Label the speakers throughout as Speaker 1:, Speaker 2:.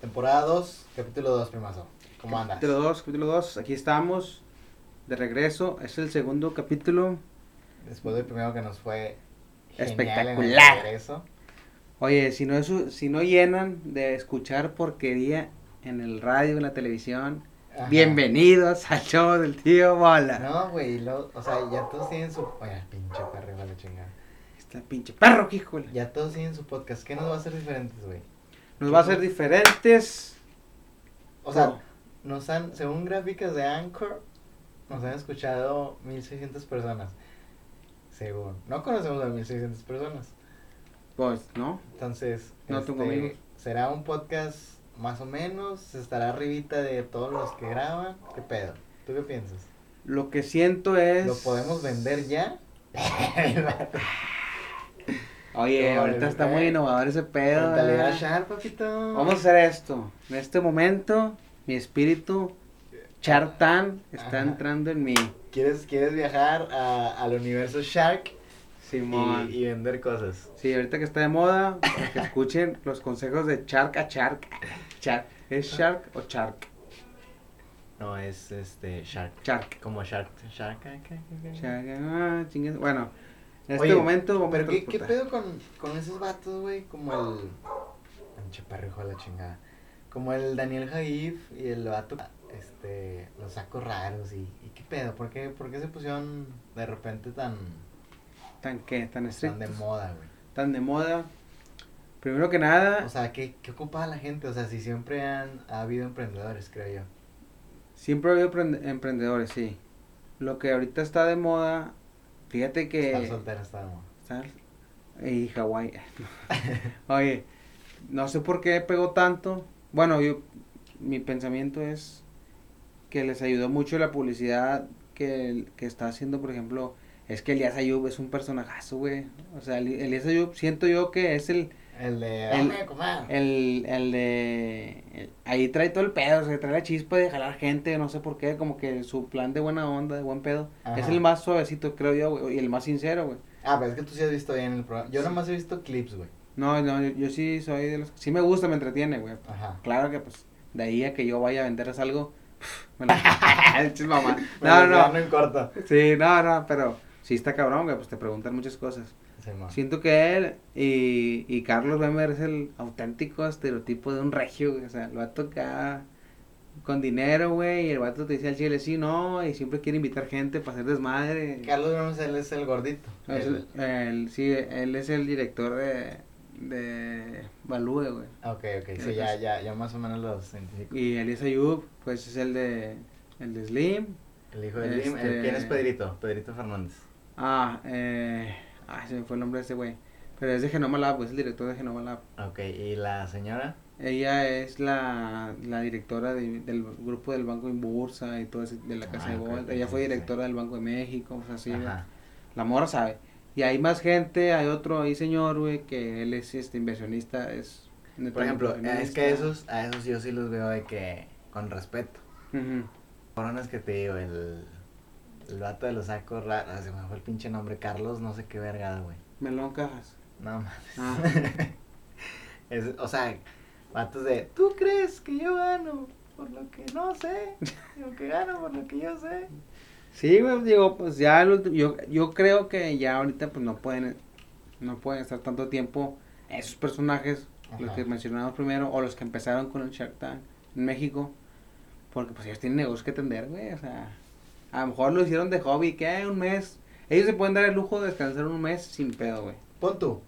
Speaker 1: Temporada 2, capítulo 2, primazo. ¿Cómo andas?
Speaker 2: Capítulo 2, capítulo 2, aquí estamos, de regreso, es el segundo capítulo.
Speaker 1: Después del primero que nos fue genial En el
Speaker 2: Espectacular.
Speaker 1: regreso.
Speaker 2: Oye, si no, es, si no llenan de escuchar porquería en el radio, en la televisión,
Speaker 1: Ajá.
Speaker 2: bienvenidos al show del tío Bola.
Speaker 1: No, güey, y luego, o sea, ya todos tienen su... Oye, pinche perro, igual la chingada.
Speaker 2: Este pinche perro, híjole.
Speaker 1: Ya todos tienen su podcast. ¿Qué nos va a hacer diferentes, güey?
Speaker 2: Nos va a hacer diferentes.
Speaker 1: O sea,
Speaker 2: No.
Speaker 1: nos han, según gráficas de Anchor, nos han escuchado 1600 personas. Según. No conocemos a 1600 personas.
Speaker 2: Pues, ¿no?
Speaker 1: Entonces, este,
Speaker 2: No tengo amigos.
Speaker 1: será un podcast más o menos, estará arribita de todos los que graban. ¿Qué pedo? ¿Tú qué piensas?
Speaker 2: Lo que siento es.
Speaker 1: ¿Lo podemos vender ya?
Speaker 2: Oye,
Speaker 1: No,
Speaker 2: ahorita
Speaker 1: el-
Speaker 2: está muy innovador ese pedo.
Speaker 1: Dale
Speaker 2: ¿verdad?
Speaker 1: a Char, papito.
Speaker 2: Vamos a hacer esto. En este momento, mi espíritu chartán está
Speaker 1: Ajá.
Speaker 2: entrando en mí.
Speaker 1: ¿Quieres, quieres viajar a- al universo Shark y,
Speaker 2: Simón.
Speaker 1: y vender cosas?
Speaker 2: Sí, ahorita que está de moda, para que escuchen los consejos de Shark a Shark. Shark. ¿Es Shark o Shark?
Speaker 1: No, es este Shark.
Speaker 2: Shark.
Speaker 1: Como Shark. Shark. ¿qué, qué, qué?
Speaker 2: Shark. Ah, chingue- Bueno, en este
Speaker 1: Oye,
Speaker 2: momento vamos
Speaker 1: Pero
Speaker 2: a
Speaker 1: ¿qué, qué
Speaker 2: transportar.
Speaker 1: pedo con, con esos vatos, güey? Como el. Pinche perro, hijo de la chingada. Como el Daniel Jaif y el vato. Este. Los sacos raros y. ¿Y qué pedo? ¿Por qué, por qué se pusieron de repente tan.
Speaker 2: ¿Tan qué? ¿Tan
Speaker 1: tan de
Speaker 2: estrictos?
Speaker 1: moda, güey?
Speaker 2: ¿Tan de moda? Primero que nada,
Speaker 1: O sea, ¿qué, ¿qué ocupaba la gente? O sea, si siempre han ha habido emprendedores, creo yo.
Speaker 2: siempre ha habido prende- emprendedores, sí. Lo que ahorita está de moda, fíjate que...
Speaker 1: Estar soltero está de moda.
Speaker 2: Sal- Y Hawái. Oye, no sé por qué pegó tanto. Bueno, yo, mi pensamiento es que les ayudó mucho la publicidad que, el- que está haciendo, por ejemplo, es que Elías Ayub es un personajazo, güey. O sea, Eli- Elías Ayub siento yo que es el,
Speaker 1: El de.
Speaker 2: El-
Speaker 1: Dame de comer.
Speaker 2: el, el de... el- ahí trae todo el pedo, o sea, trae la chispa de jalar gente, no sé por qué, como que su plan de buena onda, de buen pedo, es
Speaker 1: Ajá.
Speaker 2: el más suavecito, creo yo, güey, y el más sincero, güey.
Speaker 1: Ah, pero es que tú sí has visto bien el programa. Yo nomás he visto clips, güey.
Speaker 2: No, no, yo, yo sí soy de los... Sí me gusta, me entretiene, güey.
Speaker 1: Ajá.
Speaker 2: Claro que, pues, de ahí a que yo vaya a venderles algo... me la- Chis, mamá.
Speaker 1: Pero
Speaker 2: No,
Speaker 1: el
Speaker 2: no,
Speaker 1: plano en corto.
Speaker 2: Sí, no, no, pero... Sí está cabrón, güey, pues te preguntan muchas cosas.
Speaker 1: Sí, ma.
Speaker 2: Siento que él y, y Carlos Bemer es el auténtico estereotipo de un regio, güey. O sea, el vato acá con dinero, güey, y el vato te dice al chile sí, no, y siempre quiere invitar gente para hacer desmadre.
Speaker 1: Carlos Gómez él es el gordito.
Speaker 2: No, es
Speaker 1: El-
Speaker 2: el- el- sí, él es el director de, de Balúe, güey.
Speaker 1: Ok, ok, sí, ya, ya, ya más o menos los identifico.
Speaker 2: Y Elías Ayub, pues es el de, el de Slim.
Speaker 1: El hijo de Jim,
Speaker 2: Este-
Speaker 1: el- ¿quién es Pedrito? Pedrito Fernández.
Speaker 2: Ah, eh, ay, se me fue el nombre de ese güey. Pero es de Genoma Lab, güey, es el director de Genoma Lab.
Speaker 1: Ok, ¿y la señora?
Speaker 2: Ella es la, la directora de- del grupo del Banco Inbursa y todo ese, de la Casa
Speaker 1: Ah,
Speaker 2: de
Speaker 1: ok,
Speaker 2: Bolsa.
Speaker 1: ok,
Speaker 2: Ella
Speaker 1: sí,
Speaker 2: fue
Speaker 1: sí, sí.
Speaker 2: directora del Banco de México, o sea, sí, güey.
Speaker 1: Ajá.
Speaker 2: La mora sabe. Y hay más gente, hay otro ahí señor, güey, que él es este inversionista, es...
Speaker 1: Por ejemplo,
Speaker 2: netamente
Speaker 1: es que a
Speaker 2: inversionista.
Speaker 1: esos, a esos yo sí los veo de que, con respeto.
Speaker 2: Ujú.
Speaker 1: Coronas que te digo, el, el vato de los sacos raros, se me fue el pinche nombre, Carlos, no sé qué vergada, güey.
Speaker 2: Melón Cajas.
Speaker 1: No mames.
Speaker 2: Ah.
Speaker 1: Es- o sea, vatos de, ¿tú crees que yo gano por lo que no sé? Lo que gano por lo que yo sé.
Speaker 2: Sí, güey, digo, pues ya el ulti- yo, yo creo que ya ahorita pues no pueden no pueden estar tanto tiempo esos personajes, los
Speaker 1: Ajá.
Speaker 2: que mencionamos primero o los que empezaron con el Shark Tank en México, porque pues ellos tienen negocios que atender, güey, o sea, a lo mejor lo hicieron de hobby, que hay un mes, ellos se pueden dar el lujo de descansar un mes sin pedo, güey.
Speaker 1: Pon tú,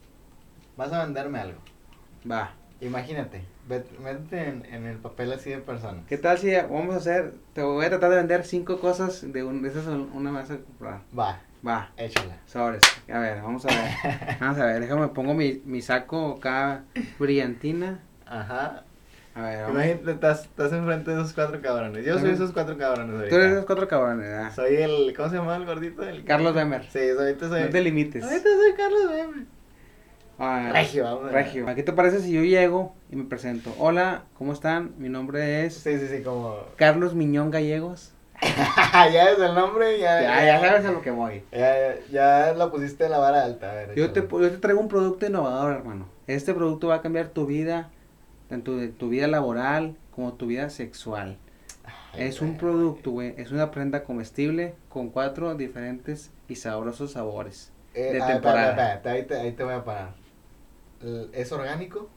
Speaker 1: vas a venderme algo.
Speaker 2: Va.
Speaker 1: Imagínate, vet- métete en, en el papel así de persona.
Speaker 2: ¿Qué tal si vamos a hacer, te voy a tratar de vender cinco cosas de, un, de esas una me vas a comprar?
Speaker 1: Va,
Speaker 2: Va.
Speaker 1: échala.
Speaker 2: Sobres. A ver, vamos a ver. Vamos a ver, déjame pongo mi, mi saco acá brillantina.
Speaker 1: Ajá.
Speaker 2: A ver, vamos.
Speaker 1: Imagínate, estás, estás enfrente de esos cuatro cabrones. Yo soy
Speaker 2: Ajá.
Speaker 1: esos cuatro cabrones ahorita.
Speaker 2: Tú eres los cuatro cabrones, ¿verdad?
Speaker 1: Soy el, ¿cómo se llama el gordito? El...
Speaker 2: Carlos Bemer.
Speaker 1: Sí, ahorita soy...
Speaker 2: No te limites.
Speaker 1: Ahorita soy Carlos Bemer.
Speaker 2: Ah,
Speaker 1: Regio, vamos.
Speaker 2: Regio. ¿A qué te parece si yo llego y me presento? Hola, ¿cómo están? Mi nombre es
Speaker 1: Sí, sí, sí, como...
Speaker 2: Carlos Miñón Gallegos.
Speaker 1: ya es el nombre, ya...
Speaker 2: Ya, ya sabes a lo que voy.
Speaker 1: Ya, ya la pusiste en la vara alta, a ver.
Speaker 2: Yo te,
Speaker 1: échala.
Speaker 2: yo te traigo un producto innovador, hermano. Este producto va a cambiar tu vida tanto de tu vida laboral como tu vida sexual.
Speaker 1: Ay,
Speaker 2: Es un
Speaker 1: güey.
Speaker 2: producto, güey, es una prenda comestible con cuatro diferentes y sabrosos sabores.
Speaker 1: Eh,
Speaker 2: de
Speaker 1: ah, espera,
Speaker 2: temporada.
Speaker 1: espera, espera, ahí, te, ahí te voy a parar. L- ¿Es orgánico?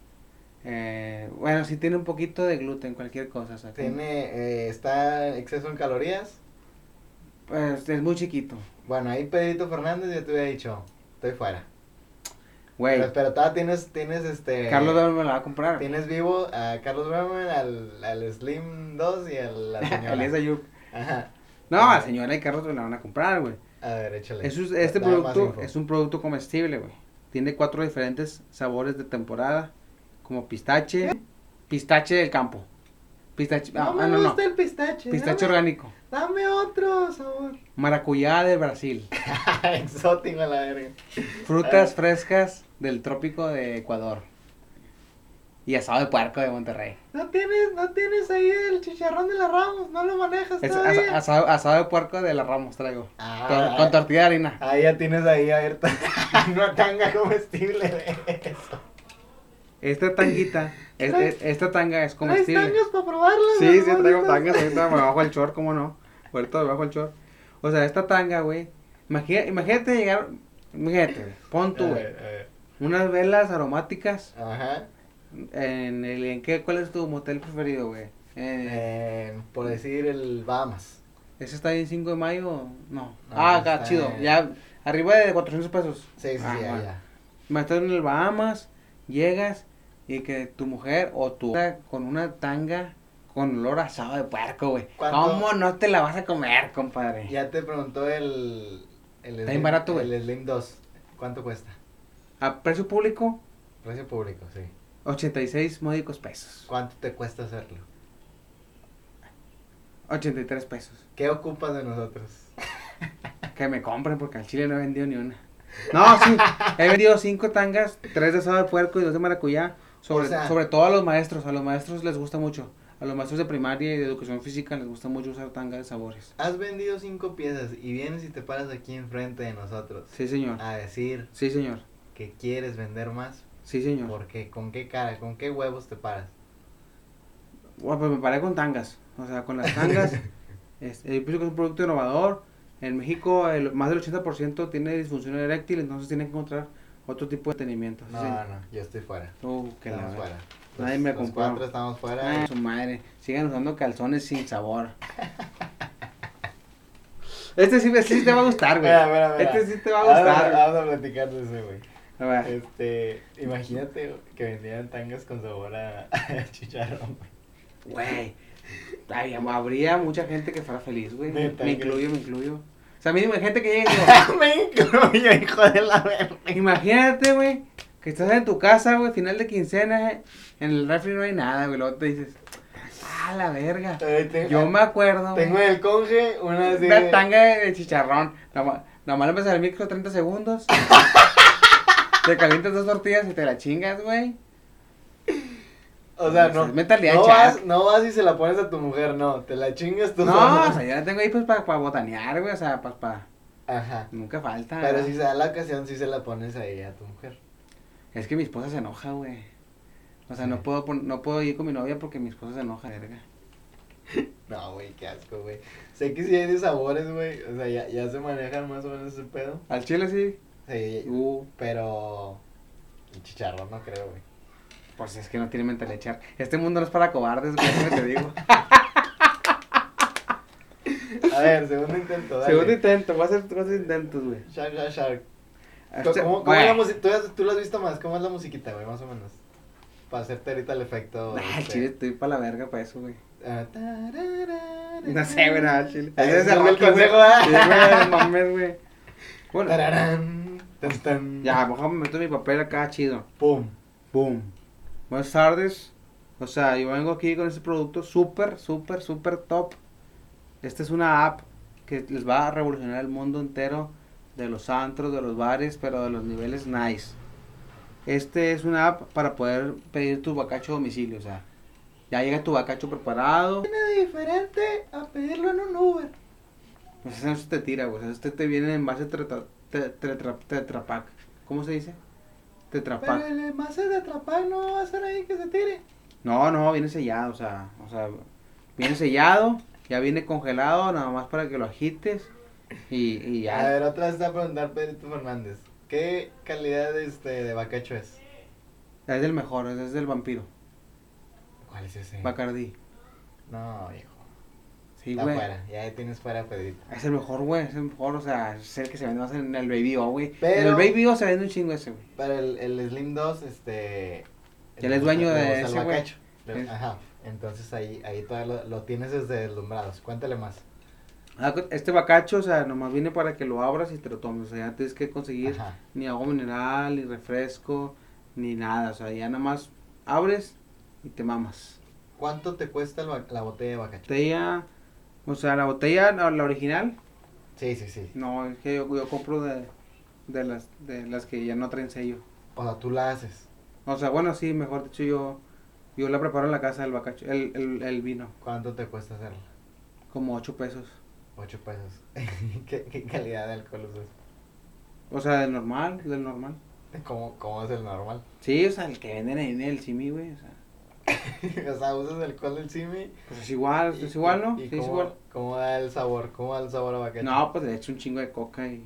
Speaker 2: Eh, bueno, si tiene un poquito de gluten, cualquier cosa. o sea, como-
Speaker 1: ¿Tiene, eh, ¿Está exceso en calorías?
Speaker 2: Pues, es muy chiquito.
Speaker 1: Bueno, ahí Pedrito Fernández yo te hubiera dicho, estoy fuera.
Speaker 2: Güey,
Speaker 1: Pero, pero todavía tienes, tienes este...
Speaker 2: Carlos Darwin me la va a comprar.
Speaker 1: Tienes vivo a Carlos Bremer, al, al Slim 2 y a la
Speaker 2: Elías
Speaker 1: señora.
Speaker 2: Ayub.
Speaker 1: Ajá.
Speaker 2: No, la señora y Carlos me la van a comprar, güey.
Speaker 1: A ver, échale.
Speaker 2: Es un- este
Speaker 1: Dame más
Speaker 2: producto
Speaker 1: info.
Speaker 2: es un producto comestible, güey. Tiene cuatro diferentes sabores de temporada, como pistache, pistache del campo. Pistache, ah,
Speaker 1: No
Speaker 2: ah,
Speaker 1: me
Speaker 2: no, no.
Speaker 1: gusta el pistache.
Speaker 2: Pistache
Speaker 1: dame,
Speaker 2: orgánico.
Speaker 1: dame otro sabor. Ah,
Speaker 2: Maracuyá de Brasil.
Speaker 1: Exótico a la verga.
Speaker 2: Frutas frescas del trópico de Ecuador. Y asado de puerco de Monterrey.
Speaker 1: No tienes, no tienes ahí el chicharrón de la Ramos, no lo manejas
Speaker 2: Es asa-
Speaker 1: todavía.
Speaker 2: asado, asado de puerco de la Ramos traigo.
Speaker 1: Ah,
Speaker 2: Con, con tortilla de harina.
Speaker 1: ahí ya tienes ahí abierta una tanga comestible de eso.
Speaker 2: Esta tanguita, es- es- esta tanga
Speaker 1: ¿Traes
Speaker 2: es comestible.
Speaker 1: tangas para probarlas?
Speaker 2: Sí, sí,
Speaker 1: hermanito?
Speaker 2: traigo tangas ahorita me bajo el short, ¿cómo no? Ahorita me bajo el short. O sea, esta tanga, güey. imagina- Imagínate llegar. Imagínate, güey, pon tú,
Speaker 1: A
Speaker 2: güey.
Speaker 1: ver, a ver.
Speaker 2: Unas velas aromáticas.
Speaker 1: Ajá.
Speaker 2: En el, en qué, ¿Cuál es tu motel preferido, güey? Eh,
Speaker 1: Eh, por decir el Bahamas.
Speaker 2: ¿Ese está ahí en 5 de mayo? No.
Speaker 1: No,
Speaker 2: ah, acá,
Speaker 1: está
Speaker 2: chido.
Speaker 1: en-
Speaker 2: Ya, arriba de 400 pesos.
Speaker 1: Sí, sí,
Speaker 2: Ah,
Speaker 1: sí, ya,
Speaker 2: bueno.
Speaker 1: ya.
Speaker 2: Me estás en el Bahamas, llegas y que tu mujer o tu con una tanga con olor a asado de puerco, güey.
Speaker 1: ¿Cuánto?
Speaker 2: ¿Cómo no te la vas a comer, compadre?
Speaker 1: Ya te preguntó el. el
Speaker 2: Está bien barato, güey.
Speaker 1: El Slim 2. ¿Cuánto cuesta?
Speaker 2: A precio público,
Speaker 1: Precio público, sí.
Speaker 2: 86 módicos pesos.
Speaker 1: ¿Cuánto te cuesta hacerlo?
Speaker 2: 83 pesos.
Speaker 1: ¿Qué ocupas de nosotros?
Speaker 2: Que me compren porque al chile no he vendido ni una. No, sí, he vendido cinco tangas, tres de asado de puerco y dos de maracuyá. Sobre,
Speaker 1: O sea-
Speaker 2: sobre todo a los maestros, a los maestros les gusta mucho. A los maestros de primaria y de educación física les gusta mucho usar tangas de sabores.
Speaker 1: Has vendido cinco piezas y vienes y te paras aquí enfrente de nosotros
Speaker 2: Sí, señor.
Speaker 1: a decir
Speaker 2: Sí, señor.
Speaker 1: que quieres vender más.
Speaker 2: Sí, señor.
Speaker 1: ¿Por qué? ¿Con qué cara? ¿Con qué huevos te paras?
Speaker 2: Bueno, pues me paré con tangas. O sea, con las tangas. este, yo pienso que es un producto innovador. En México, el, más del 80% tiene disfunción eréctil, entonces tienen que encontrar otro tipo de tenimiento.
Speaker 1: No,
Speaker 2: Sí.
Speaker 1: no, yo estoy fuera.
Speaker 2: Uh, que la
Speaker 1: estamos
Speaker 2: ver-
Speaker 1: fuera.
Speaker 2: Nadie me
Speaker 1: los
Speaker 2: compró. Ah.
Speaker 1: cuatro estamos fuera.
Speaker 2: Ay, su madre. Sigan usando calzones sin sabor. Este sí, este sí te va a gustar, güey.
Speaker 1: Mira, mira, mira.
Speaker 2: Este sí te va a
Speaker 1: Vamos
Speaker 2: gustar. Ah. güey.
Speaker 1: vamos a platicar de ese, güey.
Speaker 2: A ver,
Speaker 1: Este, imagínate que vendieran tangas con sabor a, a chicharrón, güey.
Speaker 2: Güey. Ay, Habría mucha gente que fuera feliz, güey. Me
Speaker 1: Neta, que-
Speaker 2: incluyo, me incluyo. O sea, mínimo hay gente que llega y digo,
Speaker 1: Me incluyo, hijo de la verga.
Speaker 2: Imagínate, güey, que estás en tu casa, güey, final de quincena, eh, en el refri no hay nada, güey, luego te dices, ah, la verga.
Speaker 1: Eh, tengo-
Speaker 2: Yo me acuerdo,
Speaker 1: Tengo
Speaker 2: güey,
Speaker 1: en el conge una así
Speaker 2: una
Speaker 1: de-
Speaker 2: tanga de chicharrón, nomás, nomás le pasas el micro 30 segundos, te calientas dos tortillas y te la chingas, güey.
Speaker 1: O sea, no.
Speaker 2: Pues, métale a
Speaker 1: no,
Speaker 2: echar.
Speaker 1: vas, no vas y se la pones a tu mujer, no. Te la chingas tú
Speaker 2: No,
Speaker 1: solo.
Speaker 2: o sea, yo la tengo ahí pues para botanear, güey, o sea, para,
Speaker 1: Ajá.
Speaker 2: nunca falta.
Speaker 1: Pero
Speaker 2: ¿verdad?
Speaker 1: si se da la ocasión, sí se la pones ahí a tu mujer.
Speaker 2: Es que mi esposa se enoja, güey. O sea,
Speaker 1: Sí.
Speaker 2: no puedo, pon- no puedo ir con mi novia porque mi esposa se enoja, verga.
Speaker 1: No, güey, qué asco, güey. Sé que sí hay de sabores, güey. O sea, ya, ya se manejan más o menos ese pedo.
Speaker 2: Al chile sí.
Speaker 1: Sí,
Speaker 2: Uh,
Speaker 1: pero. El chicharrón no creo, güey.
Speaker 2: Pues es que no tiene mental echar. Este mundo no es para cobardes, güey, siempre te digo.
Speaker 1: A ver, segundo intento, dale.
Speaker 2: Segundo intento, va a ser dos intentos, güey. Este,
Speaker 1: Shark, shark, shark. ¿Cómo, cómo
Speaker 2: Güey.
Speaker 1: es la musiquita? ¿Tú, has- tú lo has visto más. ¿Cómo es la musiquita, güey? Más o menos. Para hacerte ahorita el efecto.
Speaker 2: Ah,
Speaker 1: este,
Speaker 2: chile, estoy para la verga para eso, güey.
Speaker 1: ah, tararara.
Speaker 2: No sé, güey, no, chile.
Speaker 1: Ahí
Speaker 2: Ese
Speaker 1: es el
Speaker 2: Rocky,
Speaker 1: consejo,
Speaker 2: güey.
Speaker 1: ¿verdad?
Speaker 2: Sí, güey, no mames, güey. Bueno,
Speaker 1: Tararán, tan, tan.
Speaker 2: ya, a lo mejor me meto mi papel acá, chido.
Speaker 1: Pum.
Speaker 2: Boom. Buenas tardes. O sea, yo vengo aquí con este producto súper, súper, súper top. Esta es una app que les va a revolucionar el mundo entero de los antros, de los bares, pero de los niveles nice. Este es una app para poder pedir tu bacacho a domicilio. O sea, ya llega tu bacacho preparado.
Speaker 1: diferente a pedirlo en un Uber.
Speaker 2: Pues eso no se te tira, güey. O sea, este te viene en base tetra, te- tetra- tetrapack. ¿Cómo se dice? Tetrapack.
Speaker 1: Pues- el envase de atrapar no va a ser ahí que se tire.
Speaker 2: No, no, viene sellado, o sea, o sea, viene sellado, ya viene congelado, nada más para que lo agites y, y
Speaker 1: A
Speaker 2: ya.
Speaker 1: ver, otra vez te voy a preguntar Pedrito Fernández. ¿Qué calidad este, de bacacho es?
Speaker 2: Es del mejor, es del vampiro,
Speaker 1: ¿Cuál es ese?
Speaker 2: Bacardí.
Speaker 1: No, viejo.
Speaker 2: Sí,
Speaker 1: Está
Speaker 2: güey.
Speaker 1: fuera, ya tienes fuera a Pedrito.
Speaker 2: Es el mejor, güey, es el mejor, o sea, es el que se vende más en el Baby O, güey. En
Speaker 1: Pero-
Speaker 2: el Baby O se vende un chingo ese, güey.
Speaker 1: Pero el, el Slim 2, este.
Speaker 2: Ya él es dueño
Speaker 1: le
Speaker 2: de
Speaker 1: gusta el
Speaker 2: ese, güey.
Speaker 1: bacacho. Le-
Speaker 2: Es-
Speaker 1: Ajá. Entonces ahí, ahí todavía lo, lo tienes desde deslumbrados. Cuéntale más.
Speaker 2: Ah, Este bacacho, o sea, nomás viene para que lo abras y te lo tomes, o sea, ya tienes que conseguir
Speaker 1: Ajá.
Speaker 2: ni agua mineral, ni refresco, ni nada, o sea, ya nada más abres y te mamas.
Speaker 1: ¿Cuánto te cuesta el ba- la botella de bacacho?
Speaker 2: botella, o sea, la botella, la, la original,
Speaker 1: Sí, sí, sí.
Speaker 2: no, es que yo, yo compro de, de las de las que ya no traen sello.
Speaker 1: O sea, tú la haces.
Speaker 2: O sea, bueno, sí, mejor dicho, yo yo la preparo en la casa del bacacho, el, el, el vino,
Speaker 1: ¿Cuánto te cuesta hacerla?
Speaker 2: como 8 pesos.
Speaker 1: Ocho pesos. ¿Qué, qué calidad de alcohol usas?
Speaker 2: O sea, del normal, del normal.
Speaker 1: ¿Cómo, cómo es el normal?
Speaker 2: Sí, o sea, el que venden ahí en el Simi, güey, o sea,
Speaker 1: o sea, usas alcohol del simi.
Speaker 2: pues es igual,
Speaker 1: y-
Speaker 2: es igual, ¿no?
Speaker 1: y
Speaker 2: Sí, es
Speaker 1: cómo,
Speaker 2: igual.
Speaker 1: cómo da el sabor? ¿Cómo da el sabor a bacacho?
Speaker 2: No, pues le echo un chingo de coca y,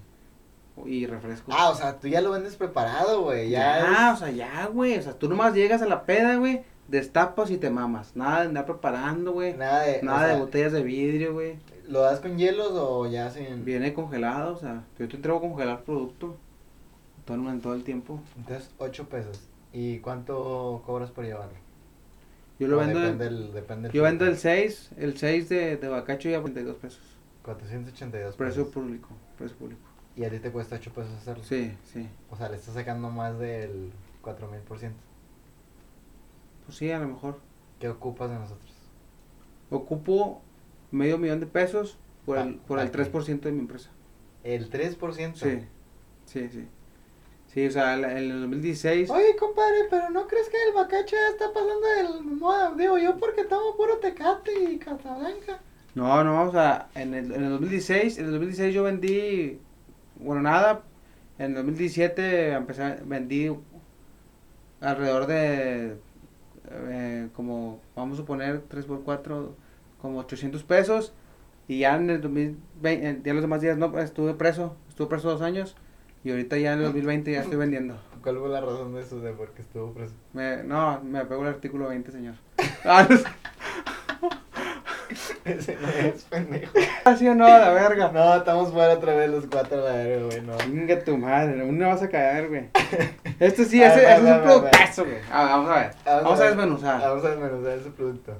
Speaker 2: y refresco.
Speaker 1: Ah, o sea, tú ya lo vendes preparado, güey. Ya,
Speaker 2: Ya,
Speaker 1: es-
Speaker 2: o sea, ya, güey. O sea, tú nomás llegas a la peda, güey, destapas y te mamas. Nada de andar preparando, güey. Nada,
Speaker 1: Nada de. o
Speaker 2: de
Speaker 1: sea,
Speaker 2: botellas de vidrio, güey.
Speaker 1: ¿Lo das con hielos o ya sin.?
Speaker 2: Viene congelado, o sea, yo te entrego a congelar producto. Todo el, todo el tiempo.
Speaker 1: Entonces, 8 pesos. ¿Y cuánto cobras por llevarlo?
Speaker 2: Yo lo
Speaker 1: O
Speaker 2: vendo,
Speaker 1: Depende el, depende el
Speaker 2: yo vendo el
Speaker 1: fruto.
Speaker 2: 6, el 6 de, de bacacho ya 42 pesos.
Speaker 1: 482
Speaker 2: Precio
Speaker 1: pesos. Mm.
Speaker 2: público, precio público.
Speaker 1: Y a ti te cuesta 8 pesos hacerlo.
Speaker 2: Sí, sí.
Speaker 1: O sea, le estás sacando más del 4000%.
Speaker 2: Pues sí, a lo mejor.
Speaker 1: ¿Qué ocupas de nosotros?
Speaker 2: Ocupo medio millón de pesos por
Speaker 1: Pa-
Speaker 2: el, por el
Speaker 1: pa' qué.
Speaker 2: 3% de mi empresa.
Speaker 1: El 3%.
Speaker 2: Sí, sí, sí. Sí, o sea, la- en el 2016...
Speaker 1: Oye, compadre, pero no crees que el bacacho ya está pasando del moda. Digo, yo porque tomo puro tecate y Casablanca.
Speaker 2: No, no, o sea, en el, en el 2016, en el 2016 yo vendí, bueno, nada, en el 2017 empecé, vendí alrededor de, eh, como, vamos a suponer, 3 por 4, como 800 pesos, y ya en el 2020, en- ya los demás días no, estuve preso, estuve preso dos años, y ahorita ya en el 2020 ya estoy vendiendo.
Speaker 1: ¿Cuál fue la razón de eso? De por qué estuvo preso.
Speaker 2: Me- no, me pegó el artículo 20, señor. Ah, no,
Speaker 1: Ese no es pendejo.
Speaker 2: ¿sí o no, la verga.
Speaker 1: No, estamos fuera otra vez los cuatro, la verga, güey, no.
Speaker 2: Venga tu madre, aún no vas a caer, güey. Este sí,
Speaker 1: A
Speaker 2: ese,
Speaker 1: ver,
Speaker 2: ese
Speaker 1: va,
Speaker 2: es un
Speaker 1: va, va.
Speaker 2: productazo, güey. A ver, vamos a ver. Vamos, a
Speaker 1: ver-
Speaker 2: desmenuzar.
Speaker 1: Vamos a desmenuzar ese producto.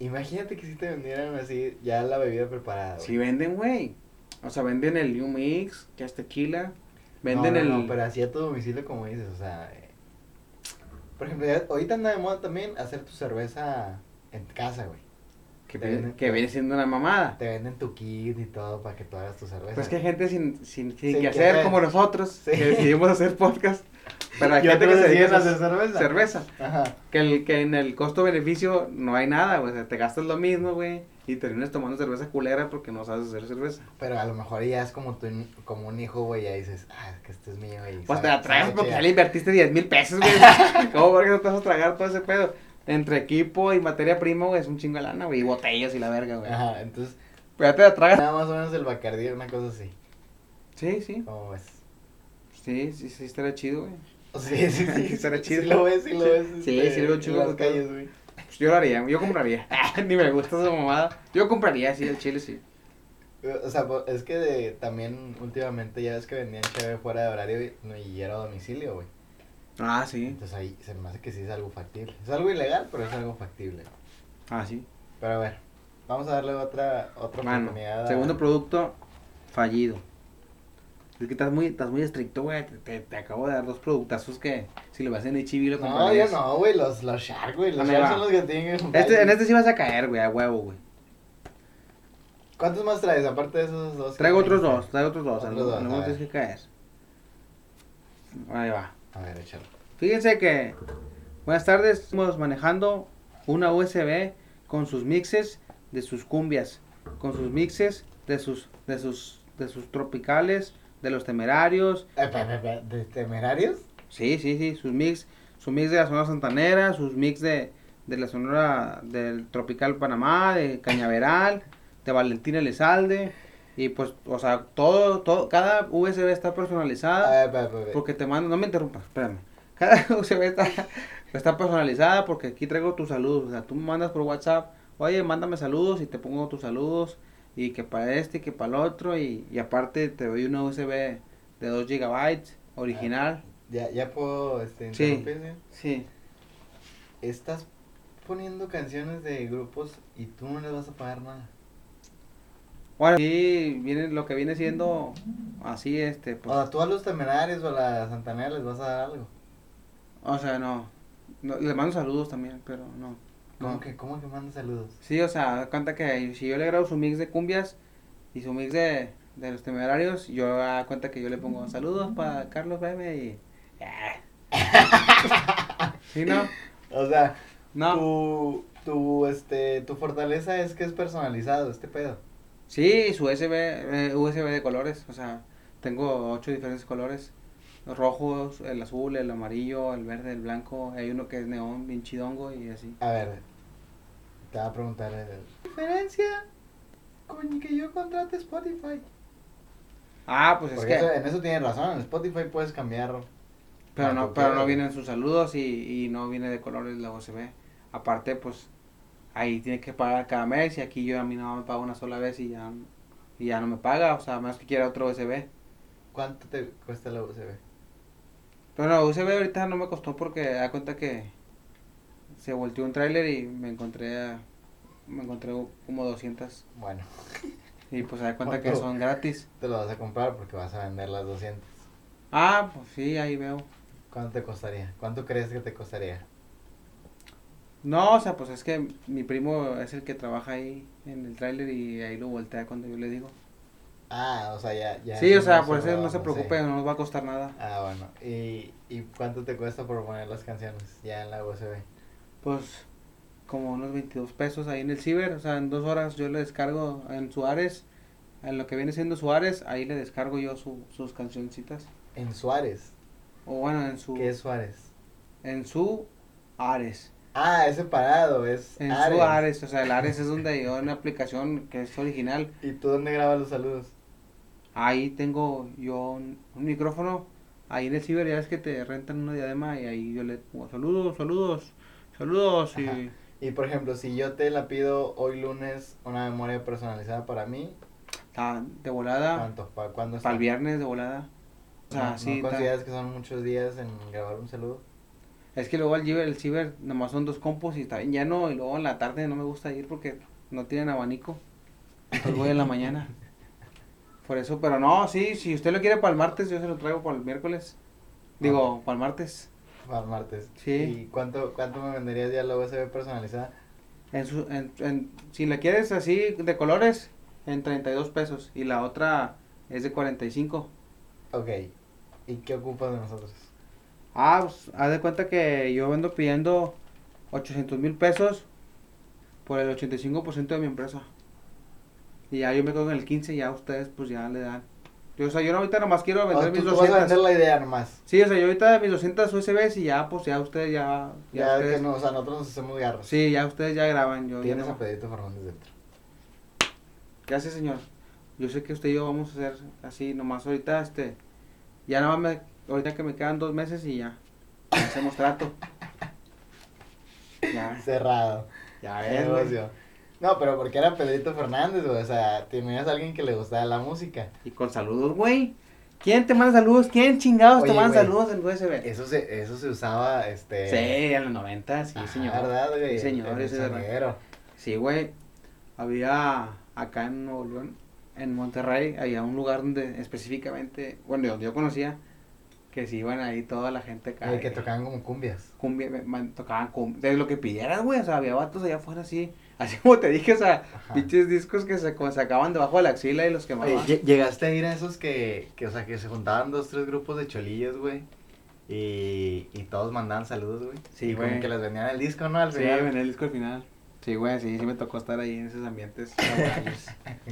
Speaker 1: Imagínate que si te vendieran así ya la bebida preparada.
Speaker 2: Si
Speaker 1: güey.
Speaker 2: venden, güey. O sea, venden el New Mix, que es tequila. Venden
Speaker 1: no,
Speaker 2: el.
Speaker 1: no, No, pero así a tu domicilio, como dices, o sea. eh, Por ejemplo, ya- ahorita anda de moda también hacer tu cerveza en casa, güey.
Speaker 2: que,
Speaker 1: te
Speaker 2: viene-
Speaker 1: venden-
Speaker 2: que viene siendo una mamada.
Speaker 1: Te venden tu kit y todo para que tú hagas tu cerveza.
Speaker 2: Pues que hay gente sin, sin, sin
Speaker 1: Sin
Speaker 2: que
Speaker 1: que
Speaker 2: hacer,
Speaker 1: hacer.
Speaker 2: como nosotros,
Speaker 1: Sí.
Speaker 2: que decidimos hacer podcast. Pero hay
Speaker 1: Yo
Speaker 2: gente
Speaker 1: te
Speaker 2: que se dedica a
Speaker 1: hacer
Speaker 2: hacer
Speaker 1: cerveza.
Speaker 2: cerveza.
Speaker 1: Ajá.
Speaker 2: Que, el, que en el costo-beneficio no hay nada, güey. O sea, te gastas lo mismo, güey. Y terminas tomando cerveza culera porque no sabes hacer cerveza.
Speaker 1: Pero a lo mejor ya es como, tu, como un hijo, güey, ya dices, ah, es que este es mío. Y
Speaker 2: Pues
Speaker 1: sabe-
Speaker 2: te la traes
Speaker 1: sabe
Speaker 2: porque
Speaker 1: chida.
Speaker 2: ya le invertiste 10 mil pesos, güey. ¿Cómo por qué no te vas a tragar todo ese pedo? Entre equipo y materia prima, güey, es un chingo de lana, güey. Y botellas y la verga, güey.
Speaker 1: Ajá, entonces,
Speaker 2: Pero ya te la tragas.
Speaker 1: nada más o menos el Bacardí, una cosa así.
Speaker 2: Sí, sí.
Speaker 1: ¿Cómo ves?
Speaker 2: Sí, sí, sí, estaría chido, güey.
Speaker 1: Sí, sí, sí.
Speaker 2: Estará chido.
Speaker 1: Sí lo ves, sí lo ves. este,
Speaker 2: Sí, sí lo veo chido,
Speaker 1: En las
Speaker 2: todo.
Speaker 1: calles, güey.
Speaker 2: Pues yo lo haría, güey, yo compraría. Ni me gusta esa mamada. Yo compraría, sí, el chile, sí.
Speaker 1: O sea, po- es que de- también últimamente ya ves que vendían chévere fuera de horario y, no, y era a domicilio, güey.
Speaker 2: Ah, sí.
Speaker 1: Entonces ahí se me hace que sí es algo factible. Es algo ilegal, pero es algo factible.
Speaker 2: Ah, sí.
Speaker 1: Pero a ver, vamos a darle otra, otra
Speaker 2: Bueno,
Speaker 1: oportunidad. a-
Speaker 2: segundo producto, fallido. Es que estás muy, estás muy estricto, güey. Te, te- te acabo de dar dos productazos que si le vas en HIV lo
Speaker 1: No, yo
Speaker 2: comprarías.
Speaker 1: no, güey, los, los Shark, güey. Los
Speaker 2: Ahí
Speaker 1: Shark
Speaker 2: va.
Speaker 1: son los que tienen que
Speaker 2: Este, en este sí vas a caer, güey, a huevo, güey.
Speaker 1: ¿Cuántos más traes aparte de esos dos? que
Speaker 2: Traigo otros
Speaker 1: trajiste?
Speaker 2: dos, traigo otros dos.
Speaker 1: Otros
Speaker 2: algunos
Speaker 1: dos,
Speaker 2: algunos
Speaker 1: a ver.
Speaker 2: tienes que caer. Ahí va.
Speaker 1: A ver, échalo.
Speaker 2: Fíjense que. Buenas tardes, estamos manejando una USB con sus mixes de sus cumbias, con sus mixes de sus, de sus, de sus tropicales, de los temerarios.
Speaker 1: Eh, pe- pe- pe- ¿De temerarios?
Speaker 2: Sí, sí, sí, sus mix, su mix de la zona santanera, sus mix de, de la Sonora del Tropical Panamá, de Cañaveral, de Valentina Elizalde. Y pues, o sea, todo, todo, cada USB está personalizada.
Speaker 1: A ver, espera, espera, espera.
Speaker 2: Porque te mando, no me interrumpas, espérame. Cada USB está, está personalizada porque aquí traigo tus saludos. O sea, tú me mandas por WhatsApp, oye, mándame saludos y te pongo tus saludos. Y que para este, y que para el otro. Y, y aparte te doy una USB de 2 GB original.
Speaker 1: Ya, ya puedo este,
Speaker 2: Sí.
Speaker 1: interrumpirme.
Speaker 2: Sí.
Speaker 1: Estás poniendo canciones de grupos y tú no les vas a pagar nada.
Speaker 2: Bueno, aquí viene lo que viene siendo así, este, pues.
Speaker 1: O sea, tú a los temerarios o a la Santanera les vas a dar algo.
Speaker 2: O sea, no. no le mando saludos también, pero no.
Speaker 1: ¿Cómo
Speaker 2: no.
Speaker 1: que, cómo que manda saludos?
Speaker 2: Sí, o sea, da cuenta que si yo le grabo su mix de cumbias y su mix de, de los temerarios, yo da cuenta que yo le pongo saludos para Carlos Bebe y. ¿Sí, no?
Speaker 1: O sea,
Speaker 2: No.
Speaker 1: tu, tu, este, tu fortaleza es que es personalizado este pedo.
Speaker 2: Sí, su USB, eh, USB de colores, o sea, tengo ocho diferentes colores. los Rojos, el azul, el amarillo, el verde, el blanco, hay uno que es neón, bien chidongo y así.
Speaker 1: A ver, te va a preguntar. eh, ¿Diferencia con que yo contrate Spotify?
Speaker 2: Ah, pues es
Speaker 1: Porque
Speaker 2: que...
Speaker 1: eso- en eso tienes razón. En Spotify puedes cambiar.
Speaker 2: Pero
Speaker 1: Ah,
Speaker 2: no,
Speaker 1: pues,
Speaker 2: pero
Speaker 1: claro.
Speaker 2: no vienen sus saludos y, y no viene de colores la USB. Aparte, pues ahí tiene que pagar cada mes y aquí yo a mí no me paga una sola vez y ya, y ya no me paga, o sea, a menos que quiera otro USB.
Speaker 1: ¿Cuánto te cuesta la USB?
Speaker 2: Pero no, USB ahorita no me costó porque da cuenta que se volteó un tráiler y me encontré a- me encontré como 200
Speaker 1: Bueno,
Speaker 2: y pues da cuenta que
Speaker 1: ¿Cuánto?
Speaker 2: son gratis.
Speaker 1: te lo vas a comprar porque vas a vender las 200.
Speaker 2: Ah, pues sí, ahí veo.
Speaker 1: ¿Cuánto te costaría? ¿Cuánto crees que te costaría?
Speaker 2: No, o sea, pues es que mi primo es el que trabaja ahí en el tráiler y ahí lo voltea cuando yo le digo.
Speaker 1: Ah, o sea, ya. ya
Speaker 2: Sí, o
Speaker 1: es
Speaker 2: sea,
Speaker 1: un
Speaker 2: por eso no
Speaker 1: sobrado,
Speaker 2: se
Speaker 1: sé.
Speaker 2: preocupen, no nos va a costar nada.
Speaker 1: Ah, bueno. ¿Y, ¿Y cuánto te cuesta por poner las canciones ya en la USB?
Speaker 2: Pues como unos 22 pesos ahí en el ciber, o sea, en dos horas yo le descargo en Suárez, en lo que viene siendo Suárez, ahí le descargo yo su- sus cancioncitas.
Speaker 1: En Suárez.
Speaker 2: O bueno, en su...
Speaker 1: ¿Qué es Suárez?
Speaker 2: En su Ares.
Speaker 1: Ah, es separado, es
Speaker 2: En
Speaker 1: Ares.
Speaker 2: su Ares, o sea, el Ares es donde yo en la aplicación que es original,
Speaker 1: ¿Y tú dónde grabas los saludos?
Speaker 2: ahí tengo yo un, un micrófono, ahí en el ciber ya es que te rentan una diadema y ahí yo le pongo saludos, saludos, saludos y...
Speaker 1: Ajá. Y por ejemplo, si yo te la pido hoy lunes una memoria personalizada para mí,
Speaker 2: Ah, de volada,
Speaker 1: ¿cuánto? ¿Para cuándo está?
Speaker 2: para el viernes de volada. O sea,
Speaker 1: ¿No, no
Speaker 2: sí, ta-
Speaker 1: consideras que son muchos días en grabar un saludo?
Speaker 2: es que luego el ciber, el ciber nomás son dos compos y está bien lleno y luego en la tarde no me gusta ir porque no tienen abanico. Entonces voy en la mañana. Por eso, pero no, sí, si usted lo quiere para el martes, yo se lo traigo para el miércoles. Digo, para el martes.
Speaker 1: Para el martes.
Speaker 2: Sí.
Speaker 1: ¿Y cuánto, cuánto me venderías ya la USB personalizada?
Speaker 2: En su- en- en- si la quieres así de colores, en 32 pesos y la otra es de 45.
Speaker 1: Ok. ¿Y qué ocupas de nosotros?
Speaker 2: Ah, pues, haz de cuenta que yo vendo pidiendo 800 mil pesos por el 85% de mi empresa. Y ya yo me quedo en el 15 y ya ustedes pues ya le dan. Yo, o sea, yo ahorita nomás quiero
Speaker 1: O
Speaker 2: vender
Speaker 1: Ah, tú,
Speaker 2: mis
Speaker 1: tú vas a
Speaker 2: 200.
Speaker 1: vender la idea nomás.
Speaker 2: Sí, o sea, yo ahorita mis 200 USBs y ya pues ya ustedes ya... ya
Speaker 1: Ya,
Speaker 2: ustedes-
Speaker 1: que no, o sea, nosotros nos hacemos garros.
Speaker 2: Sí, ya ustedes ya graban. Yo, ya
Speaker 1: Tienes
Speaker 2: no-
Speaker 1: a Pedrito Fernández dentro.
Speaker 2: ¿Qué hace, señor? Yo sé que usted y yo vamos a hacer así nomás ahorita, este... Ya nada más me... Ahorita que me quedan dos meses y ya. ya hacemos trato. Ya.
Speaker 1: Cerrado.
Speaker 2: Ya
Speaker 1: Qué
Speaker 2: ves, güey.
Speaker 1: negocio. No, pero porque era Pedrito Fernández, güey. O sea, tenías a alguien que le gustaba la música.
Speaker 2: Y con saludos, güey. ¿Quién te manda saludos? ¿Quién chingados te
Speaker 1: Oye,
Speaker 2: manda
Speaker 1: güey. Este,
Speaker 2: saludos en USB?
Speaker 1: Eso se, eso se usaba, este...
Speaker 2: Sí, en los 90, sí,
Speaker 1: Ajá,
Speaker 2: señor.
Speaker 1: ¿Verdad, güey?
Speaker 2: Sí, señor,
Speaker 1: En el
Speaker 2: eso es verdad.
Speaker 1: sonidero. eh,
Speaker 2: Sí, güey. Había acá en Nuevo León, en Monterrey, había un lugar donde específicamente, bueno, donde yo conocía, que se iban ahí toda la gente acá.
Speaker 1: El que
Speaker 2: eh,
Speaker 1: tocaban como cumbias.
Speaker 2: cumbia, me- man- tocaban cumbia, de lo que pidieras, güey, o sea, había vatos allá afuera así, así como te dije, o sea,
Speaker 1: Ajá.
Speaker 2: pinches discos que se co- sacaban debajo de la axila y los
Speaker 1: Oye,
Speaker 2: quemaban.
Speaker 1: lle- llegaste a ir a esos que, que, o sea, que se juntaban dos, tres grupos de cholillos, güey. Y, y todos mandaban saludos, güey.
Speaker 2: Sí,
Speaker 1: Y Como
Speaker 2: güey.
Speaker 1: que les vendían el disco, ¿no? Al
Speaker 2: Sí,
Speaker 1: final.
Speaker 2: venía el disco al final. Sí, güey, sí, sí me tocó estar ahí en esos ambientes laborales.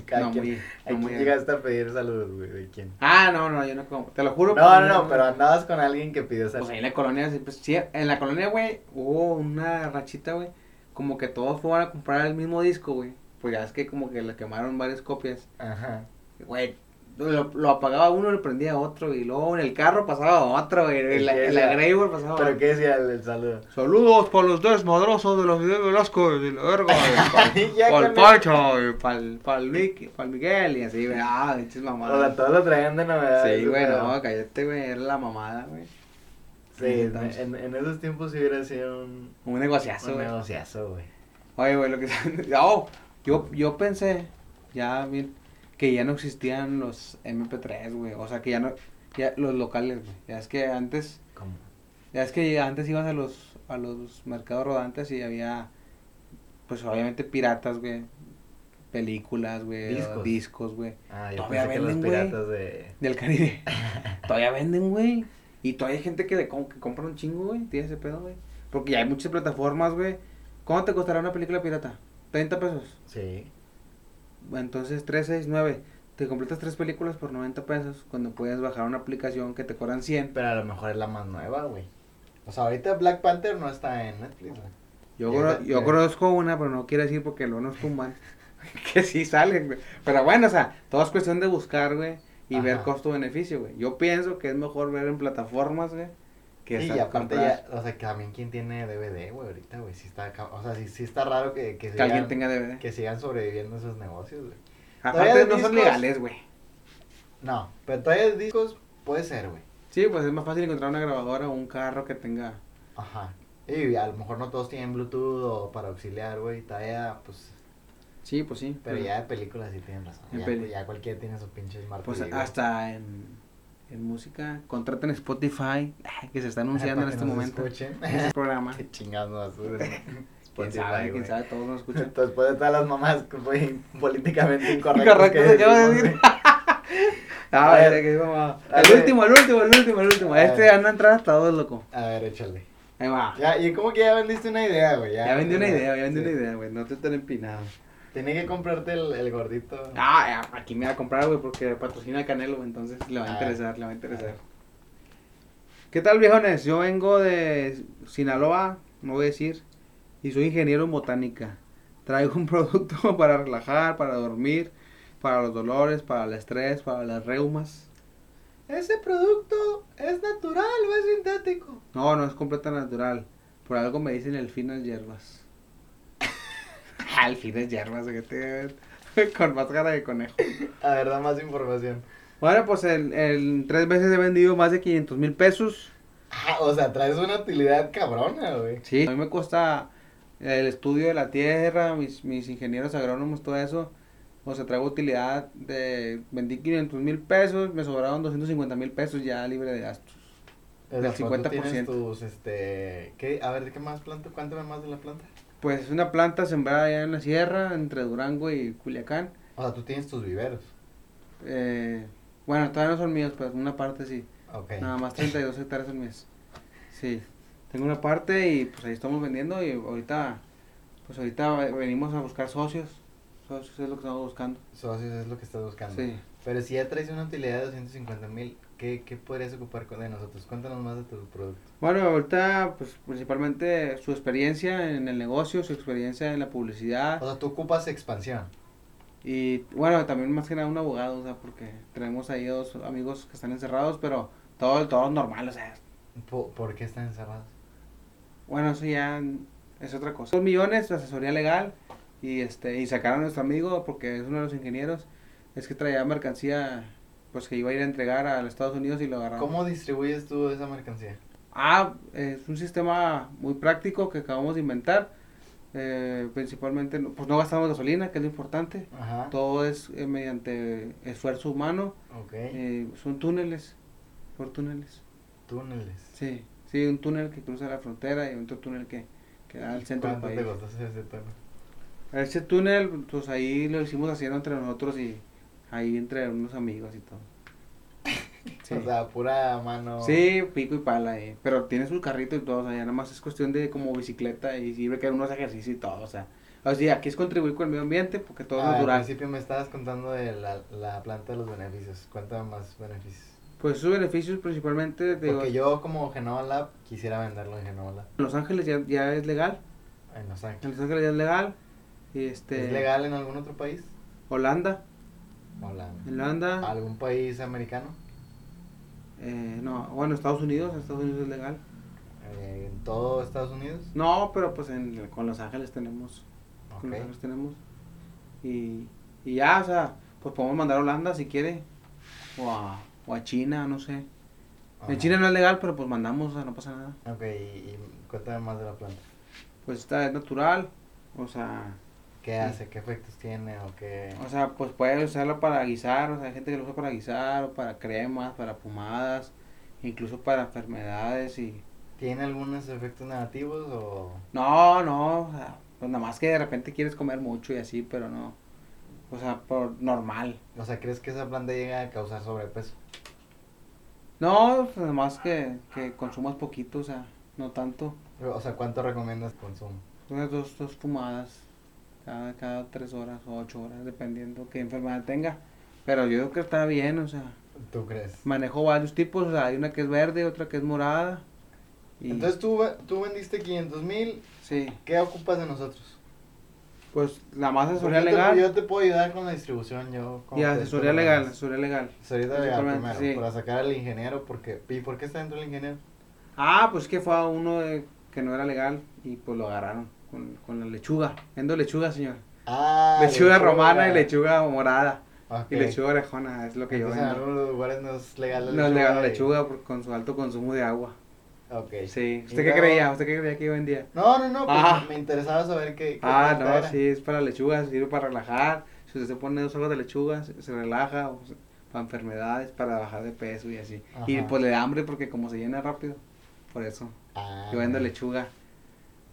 Speaker 1: Cada
Speaker 2: no,
Speaker 1: quien-
Speaker 2: muy,
Speaker 1: ¿A
Speaker 2: no
Speaker 1: quién
Speaker 2: muy-
Speaker 1: llegaste a pedir saludos, güey? ¿De quién?
Speaker 2: Ah, no, no, yo no como, te lo juro.
Speaker 1: No,
Speaker 2: pues,
Speaker 1: no, no, pero andabas con alguien que pidió
Speaker 2: Pues
Speaker 1: saludos.
Speaker 2: ahí en la colonia, siempre- sí, en la colonia, güey, hubo una rachita, güey, como que todos fueron a comprar el mismo disco, güey. Pues ya es que como que le quemaron varias copias.
Speaker 1: Ajá.
Speaker 2: Güey, lo, lo apagaba uno, lo prendía otro, y luego en el carro pasaba otro, güey. En la, en la Grey, güey, pasaba
Speaker 1: ¿Pero qué decía el, el saludo?
Speaker 2: Saludos para los desmadrosos de los videos Velasco y la verga, y
Speaker 1: Ya
Speaker 2: para
Speaker 1: con
Speaker 2: el Pacho, y para el, para Miguel, y así, güey. Ah, pinches
Speaker 1: O sea,
Speaker 2: mamadas.
Speaker 1: todos lo traían de novedad.
Speaker 2: Sí,
Speaker 1: ese
Speaker 2: güey,
Speaker 1: pedo.
Speaker 2: no, cállate, güey, era la mamada, güey.
Speaker 1: Sí, en,
Speaker 2: entonces,
Speaker 1: en- en esos tiempos sí hubiera sido un,
Speaker 2: un negociazo,
Speaker 1: un
Speaker 2: güey.
Speaker 1: negociazo, güey.
Speaker 2: Oye, güey, lo que... Oh, yo, yo pensé, ya bien, que ya no existían los MP3, güey. O sea, que ya no... Ya, los locales, güey. Ya es que antes...
Speaker 1: Como
Speaker 2: Ya es que antes ibas a los, a los mercados rodantes y había, pues obviamente piratas, güey. Películas, güey.
Speaker 1: Discos.
Speaker 2: o Discos, güey.
Speaker 1: Ah, yo
Speaker 2: Todavía
Speaker 1: pensé que los
Speaker 2: venden, güey.
Speaker 1: piratas de...
Speaker 2: Del Caribe. todavía venden, güey. Y todavía hay gente que, le com- que compra un chingo, güey. Tiene ese pedo, güey. Porque ya hay muchas plataformas, güey. ¿Cuánto te costará una película pirata? 30 pesos.
Speaker 1: Sí.
Speaker 2: Entonces, 3, 6, 9. Te completas tres películas por 90 pesos cuando puedes bajar una aplicación que te cobran 100.
Speaker 1: Pero a lo mejor es la más nueva, güey. O sea, ahorita Black Panther no está en Netflix, güey.
Speaker 2: Yo,
Speaker 1: Ya
Speaker 2: cono-
Speaker 1: está,
Speaker 2: yo
Speaker 1: ya.
Speaker 2: conozco una, pero no quiero decir porque luego nos tumban. que sí salen, güey. Pero bueno, o sea, todo es cuestión de buscar, güey, y ver
Speaker 1: Ajá.
Speaker 2: costo-beneficio, güey. Yo pienso que es mejor ver en plataformas, güey, que
Speaker 1: Sí,
Speaker 2: estar
Speaker 1: y aparte
Speaker 2: comprar-
Speaker 1: ya, o sea, que también quien tiene DVD, güey, ahorita, güey, sí está, ca- o sea, sí, sí está raro que, que,
Speaker 2: que
Speaker 1: sigan,
Speaker 2: alguien tenga DVD.
Speaker 1: que sigan sobreviviendo esos negocios, güey.
Speaker 2: Aparte
Speaker 1: de
Speaker 2: no
Speaker 1: discos.
Speaker 2: son legales, güey.
Speaker 1: No, pero todavía de discos puede ser, güey.
Speaker 2: Sí, pues es más fácil encontrar una grabadora o un carro que tenga...
Speaker 1: Ajá. Y a lo mejor no todos tienen Bluetooth o para auxiliar, güey, todavía, pues,
Speaker 2: Sí, pues sí.
Speaker 1: pero ya de películas sí tienen razón.
Speaker 2: En
Speaker 1: Ya,
Speaker 2: peli-
Speaker 1: ya cualquiera tiene su pinche smart
Speaker 2: Pues
Speaker 1: TV, güey.
Speaker 2: hasta en, en música, contraten Spotify, que se está
Speaker 1: Para
Speaker 2: anunciando en
Speaker 1: que
Speaker 2: este
Speaker 1: nos
Speaker 2: momento.
Speaker 1: escuchen.
Speaker 2: Ese programa.
Speaker 1: Qué chingados nos hacen.
Speaker 2: Quién
Speaker 1: Spotify,
Speaker 2: sabe, quién
Speaker 1: güey.
Speaker 2: sabe, todos nos escuchan.
Speaker 1: Después de todas las mamás que fue políticamente incorrectas.
Speaker 2: Correcto,
Speaker 1: que
Speaker 2: se acaba de
Speaker 1: decimos,
Speaker 2: decir.
Speaker 1: güey.
Speaker 2: Ah,
Speaker 1: A ver. Ah.
Speaker 2: vete, que es mamá.
Speaker 1: A
Speaker 2: El
Speaker 1: ver.
Speaker 2: último, el último, el último, el último.
Speaker 1: A
Speaker 2: Este
Speaker 1: ver.
Speaker 2: anda a entrar hasta dos, loco.
Speaker 1: A ver, échale.
Speaker 2: Ahí va.
Speaker 1: Ya, y como que ya vendiste una idea, güey. Ya,
Speaker 2: Ya vendí una idea, ya vendí
Speaker 1: Sí.
Speaker 2: una idea, güey. No te tan empinado.
Speaker 1: Tenía que comprarte el, el gordito.
Speaker 2: Ah, ya, aquí me va a comprar, güey, porque patrocina a Canelo, güey, entonces le va a
Speaker 1: A
Speaker 2: interesar, le va a interesar.
Speaker 1: ver.
Speaker 2: ¿Qué tal, viejones? Yo vengo de Sinaloa, no voy a decir, y soy ingeniero en botánica. Traigo un producto para relajar, para dormir, para los dolores, para el estrés, para las reumas.
Speaker 1: ¿Ese producto es natural o es sintético?
Speaker 2: No, no es completa natural. Por algo me dicen el finas hierbas. Ah, al finas hierbas, que te con más cara de conejo.
Speaker 1: A ver, da más información.
Speaker 2: Bueno, pues el, el- tres veces he vendido más de 500 mil pesos.
Speaker 1: Ah, o sea, traes una utilidad cabrona, güey.
Speaker 2: Sí. A mí me cuesta el estudio de la tierra, mis, mis ingenieros agrónomos, todo eso. O sea, traigo utilidad de... Vendí 500 mil pesos, me sobraron 250 mil pesos ya libre de gastos.
Speaker 1: O sea,
Speaker 2: Del
Speaker 1: ¿cuánto
Speaker 2: 50%.
Speaker 1: Tienes tus, este... ¿qué? A ver, ¿de qué más planta? Cuéntame más de la planta.
Speaker 2: Pues es una planta sembrada allá en la sierra, entre Durango y Culiacán.
Speaker 1: O sea, tú tienes tus viveros.
Speaker 2: Eh, bueno, todavía no son míos, pero una parte sí.
Speaker 1: Ok.
Speaker 2: Nada más 32 hectáreas son mías. Sí. Tengo una parte y pues ahí estamos vendiendo y ahorita, pues ahorita ve- venimos a buscar socios. Socios es lo que estamos buscando.
Speaker 1: Socios es lo que estás buscando.
Speaker 2: Sí.
Speaker 1: Pero si ya traes una utilidad de 250 mil, ¿qué, ¿qué podrías ocupar con- de nosotros? Cuéntanos más de tu producto.
Speaker 2: Bueno, ahorita pues principalmente su experiencia en el negocio, su experiencia en la
Speaker 1: O
Speaker 2: publicidad
Speaker 1: sea, tú ocupas expansión.
Speaker 2: y bueno, también más que nada un abogado, o sea, porque tenemos ahí dos amigos que están encerrados, pero todo, todo normal, o sea,
Speaker 1: Po- ¿Por, qué están encerrados?
Speaker 2: Bueno, eso ya es otra cosa. Dos millones, de asesoría legal, y este, y sacaron a nuestro amigo, porque es uno de los ingenieros, es que traía mercancía, pues que iba a ir a entregar a los Estados Unidos y lo agarraron.
Speaker 1: ¿Cómo distribuyes tú esa mercancía?
Speaker 2: Ah, es un sistema muy práctico que acabamos de inventar. eh, principalmente, no- pues no gastamos gasolina, que es lo importante.
Speaker 1: Ajá.
Speaker 2: Todo es eh, mediante esfuerzo humano.
Speaker 1: Ok.
Speaker 2: eh, son túneles, por túneles.
Speaker 1: Túneles.
Speaker 2: Sí, sí, un túnel que cruza la frontera y otro túnel que, que da al centro del
Speaker 1: ¿Cuánto
Speaker 2: país.
Speaker 1: te costó hacer ese túnel?
Speaker 2: Ese túnel, pues ahí lo hicimos haciendo entre nosotros y ahí entre unos amigos y todo. Sí,
Speaker 1: O sea, pura mano.
Speaker 2: Sí, pico y pala, eh. pero tiene su carrito y todo, o sea, ya nada más es cuestión de como bicicleta y sirve que unos ejercicios y todo, o sea. O sea, aquí es contribuir con el medio ambiente porque todo es
Speaker 1: Ah, al
Speaker 2: natural.
Speaker 1: principio me estabas contando de la, la planta de los beneficios. Cuéntame más beneficios.
Speaker 2: Pues sus beneficios principalmente, te digo,
Speaker 1: Porque yo como Genova Lab quisiera venderlo en Genova Lab.
Speaker 2: en Los Ángeles ya, ya es legal,
Speaker 1: En Los
Speaker 2: En
Speaker 1: Ángeles.
Speaker 2: Los Ángeles ya es legal. Y este,
Speaker 1: ¿Es legal en algún otro país?
Speaker 2: Holanda.
Speaker 1: Holanda.
Speaker 2: Holanda.
Speaker 1: ¿Algún país americano?
Speaker 2: eh, no, bueno, Estados Unidos. Estados Unidos es legal.
Speaker 1: Eh, ¿En todo Estados Unidos?
Speaker 2: No, pero pues en, con Los Ángeles tenemos. Con Los
Speaker 1: Ok.
Speaker 2: Ángeles tenemos. Y, y ya, o sea, pues podemos mandar a Holanda si quiere. O a, o a China, no sé.
Speaker 1: Ah,
Speaker 2: En China no es legal, pero pues mandamos, o sea, no pasa nada.
Speaker 1: Ok, y, y cuéntame más de la planta.
Speaker 2: Pues está, es natural. O sea,
Speaker 1: ¿Qué hace? ¿Qué efectos tiene? ¿O qué?
Speaker 2: O sea, pues puedes usarlo para guisar, o sea, hay gente que lo usa para guisar, o para cremas, para pomadas, incluso para enfermedades y...
Speaker 1: ¿Tiene algunos efectos negativos o...?
Speaker 2: No, no, o sea, pues nada más que de repente quieres comer mucho y así, pero no. O sea, por normal.
Speaker 1: O sea, ¿crees que esa planta llega a causar sobrepeso?
Speaker 2: No, pues nada más que, que consumas poquito, o sea, no tanto.
Speaker 1: O sea, ¿cuánto recomiendas consumo?
Speaker 2: Unas dos, dos fumadas cada, cada tres horas o ocho horas, dependiendo qué enfermedad tenga. Pero yo creo que está bien, o sea,
Speaker 1: ¿Tú crees?
Speaker 2: manejo varios tipos, o sea, hay una que es verde, otra que es morada. y-
Speaker 1: Entonces tú, ve- tú vendiste 500 mil,
Speaker 2: Sí,
Speaker 1: ¿qué ocupas de nosotros?
Speaker 2: pues la más
Speaker 1: Porque
Speaker 2: asesoría
Speaker 1: yo te-
Speaker 2: legal
Speaker 1: yo te puedo ayudar con la distribución, yo... como
Speaker 2: y
Speaker 1: que
Speaker 2: asesoría
Speaker 1: tú me
Speaker 2: legal,
Speaker 1: mandas.
Speaker 2: asesoría legal.
Speaker 1: Asesoría legal
Speaker 2: Principalmente,
Speaker 1: primero,
Speaker 2: sí.
Speaker 1: para sacar al ingeniero, porque... ¿Y por qué está dentro el ingeniero?
Speaker 2: Ah, pues que fue a uno de- que no era legal y pues lo agarraron con, con la lechuga. Vendo lechuga, señor.
Speaker 1: Ah,
Speaker 2: lechuga, romana y lechuga morada.
Speaker 1: Ok.
Speaker 2: Y lechuga orejona, es lo que yo
Speaker 1: Entonces, en
Speaker 2: vendo.
Speaker 1: algunos lugares no es legal la
Speaker 2: No es legal la
Speaker 1: y-
Speaker 2: lechuga por, con su alto consumo de agua.
Speaker 1: Ok.
Speaker 2: Sí.
Speaker 1: ¿Y
Speaker 2: ¿Usted qué
Speaker 1: luego?
Speaker 2: creía? ¿Usted qué creía que yo vendía?
Speaker 1: No, no, no, pues
Speaker 2: Ah.
Speaker 1: me interesaba saber qué... qué
Speaker 2: Ah,
Speaker 1: planta
Speaker 2: no,
Speaker 1: era.
Speaker 2: sí, es para lechuga, sirve para relajar. Si usted se pone dos hojas de lechuga, se, se relaja, o se- para enfermedades, para bajar de peso y así. Y
Speaker 1: Ajá.
Speaker 2: pues le da hambre porque como se llena rápido, por eso.
Speaker 1: Ah,
Speaker 2: Yo vendo
Speaker 1: ok.
Speaker 2: lechuga.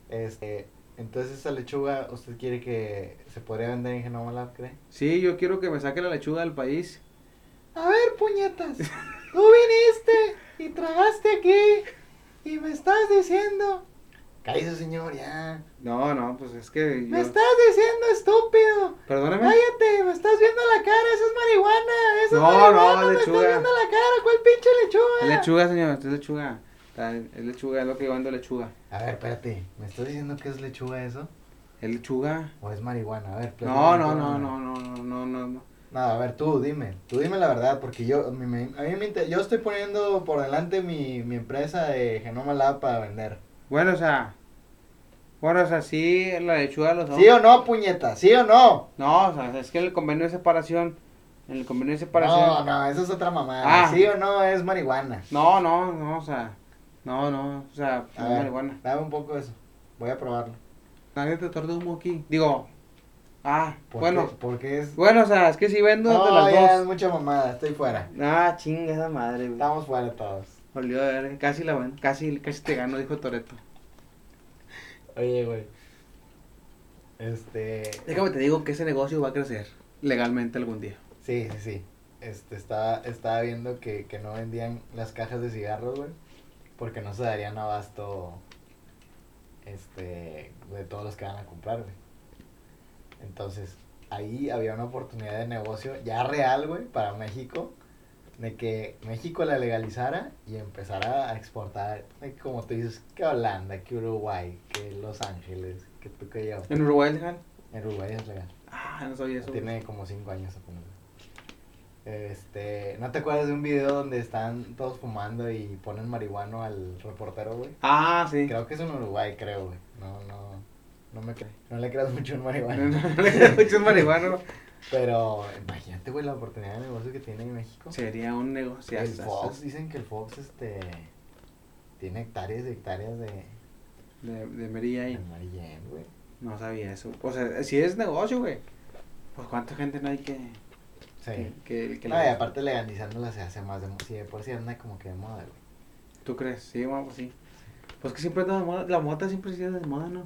Speaker 1: Este, entonces esa lechuga, ¿usted quiere que se podría vender en Genoma Lab, cree?
Speaker 2: Sí, yo quiero que me saque la lechuga del país.
Speaker 1: A ver, puñetas, tú viniste y tragaste aquí y me estás diciendo... Cállese, señor, ya.
Speaker 2: No, no, pues es que yo...
Speaker 1: Me estás diciendo estúpido.
Speaker 2: Perdóname.
Speaker 1: Cállate, me estás viendo la cara, eso es marihuana, eso
Speaker 2: No,
Speaker 1: es marihuana,
Speaker 2: no,
Speaker 1: me
Speaker 2: lechuga.
Speaker 1: estás viendo la cara, ¿cuál pinche lechuga?
Speaker 2: Es lechuga, señor, es lechuga. Está- Es lechuga, es lo que yo vendo lechuga.
Speaker 1: A ver, espérate, ¿me estás diciendo que es lechuga eso?
Speaker 2: ¿Es lechuga?
Speaker 1: ¿O es marihuana? A ver,
Speaker 2: No,
Speaker 1: platícame,
Speaker 2: no, no,
Speaker 1: platícame.
Speaker 2: no, no, no, no, no, no.
Speaker 1: No, a ver, tú dime, tú dime la verdad, porque yo, a mí me, a mí me inter- yo estoy poniendo por delante mi, mi empresa de Genoma Lab para vender.
Speaker 2: Bueno, o sea... Bueno, o sea, sí, la lechuga los
Speaker 1: ¿Sí o no, puñeta? ¿Sí o no?
Speaker 2: No, o sea, es que el convenio de separación... En el convenio de
Speaker 1: No,
Speaker 2: separación...
Speaker 1: no, eso es otra mamada.
Speaker 2: Ah.
Speaker 1: ¿Sí o no es marihuana?
Speaker 2: No, no, no, o sea... No, no, o sea,
Speaker 1: A
Speaker 2: no es
Speaker 1: ver,
Speaker 2: marihuana.
Speaker 1: Dame un poco de eso, voy a probarlo.
Speaker 2: Nadie te torta humo aquí. Digo... Ah,
Speaker 1: ¿Por
Speaker 2: bueno...
Speaker 1: qué? Porque es...
Speaker 2: Bueno, o sea, es que si vendo entre
Speaker 1: No,
Speaker 2: las
Speaker 1: ya es
Speaker 2: dos.
Speaker 1: mucha mamada, estoy fuera.
Speaker 2: Ah, chinga esa madre, güey.
Speaker 1: Estamos fuera todos.
Speaker 2: Olvidó de ver, casi la ven, casi, casi te gano, dijo Toreto.
Speaker 1: Oye, güey. Este...
Speaker 2: Déjame te digo que ese negocio va a crecer legalmente algún día.
Speaker 1: Sí, sí, sí. Este, estaba, estaba viendo que, que no vendían las cajas de cigarros, güey. Porque no se darían abasto, este, de todos los que van a comprar, güey. Entonces, ahí había una oportunidad de negocio ya real, güey, para México. De que México la legalizara y empezara a exportar, de que como tú dices, que Holanda, que Uruguay, que Los Ángeles, que tú que yo.
Speaker 2: ¿En Uruguay es legal?
Speaker 1: En Uruguay es legal.
Speaker 2: Ah, no sabía eso. güey.
Speaker 1: Tiene como 5 años apenas. Este, ¿no te acuerdas de un video donde están todos fumando y ponen marihuano al reportero, güey?
Speaker 2: Ah, sí.
Speaker 1: Creo que es en Uruguay, creo, güey. No, no, no me cre- no le creas mucho en marihuana.
Speaker 2: Muchos marihuanos.
Speaker 1: Pero imagínate, güey, la oportunidad de negocio que tiene en México.
Speaker 2: Sería un negocio.
Speaker 1: el Fox, dicen que el Fox, este, tiene hectáreas y hectáreas de,
Speaker 2: De, de Merilla
Speaker 1: de
Speaker 2: y
Speaker 1: marillén, güey.
Speaker 2: no sabía eso. O sea, si es negocio, güey. Pues cuánta gente no hay que...
Speaker 1: Sí.
Speaker 2: que, que- que
Speaker 1: No,
Speaker 2: le-
Speaker 1: y aparte legalizándola se hace más de... mo- Sí, de por si anda como que de moda, güey.
Speaker 2: ¿Tú crees? Sí, bueno, pues sí. Pues que siempre anda de moda, la mota siempre sigue de moda, ¿no?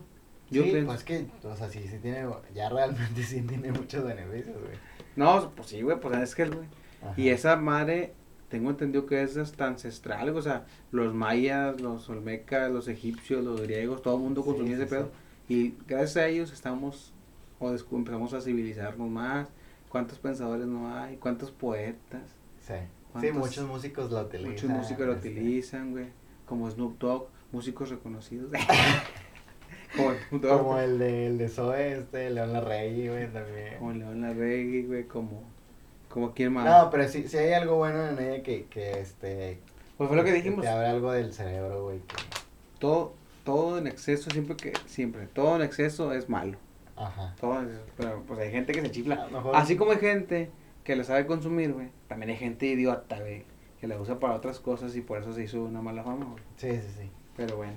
Speaker 2: Yo
Speaker 1: sí,
Speaker 2: pienso.
Speaker 1: pues que, o sea, sí, sí tiene, ya realmente sí tiene muchos beneficios, güey.
Speaker 2: No, pues sí, güey, pues es que, güey.
Speaker 1: Ajá.
Speaker 2: Y esa madre, tengo entendido que es hasta ancestral, güey, o sea, los mayas, los olmecas, los egipcios, los griegos, todo el mundo
Speaker 1: Sí,
Speaker 2: consumía
Speaker 1: sí,
Speaker 2: ese pedo. Y gracias a ellos estamos, o descu- empezamos a civilizarnos más. ¿Cuántos pensadores no hay? ¿Cuántos poetas?
Speaker 1: Sí, sí,
Speaker 2: ¿Cuántos-
Speaker 1: muchos músicos lo utilizan.
Speaker 2: Muchos músicos lo
Speaker 1: este,
Speaker 2: utilizan, güey. Como Snoop Dogg, músicos reconocidos.
Speaker 1: Como el de, el de Zoe, este, León Larregui, güey, también.
Speaker 2: Como León Larregui, güey, como, como quien más.
Speaker 1: No, pero sí, sí hay algo bueno en ella que, que este...
Speaker 2: pues fue lo que
Speaker 1: te-
Speaker 2: dijimos.
Speaker 1: Te abre algo del cerebro, güey. que-
Speaker 2: Todo, todo en exceso, siempre que, siempre, todo en exceso es malo.
Speaker 1: Ajá.
Speaker 2: Todo en exceso. Pero pues hay gente que se chifla.
Speaker 1: A lo mejor-
Speaker 2: Así como hay gente que lo sabe consumir, güey, también hay gente idiota, güey, que la usa para otras cosas y por eso se hizo una mala fama, güey.
Speaker 1: Sí, sí, sí.
Speaker 2: Pero bueno.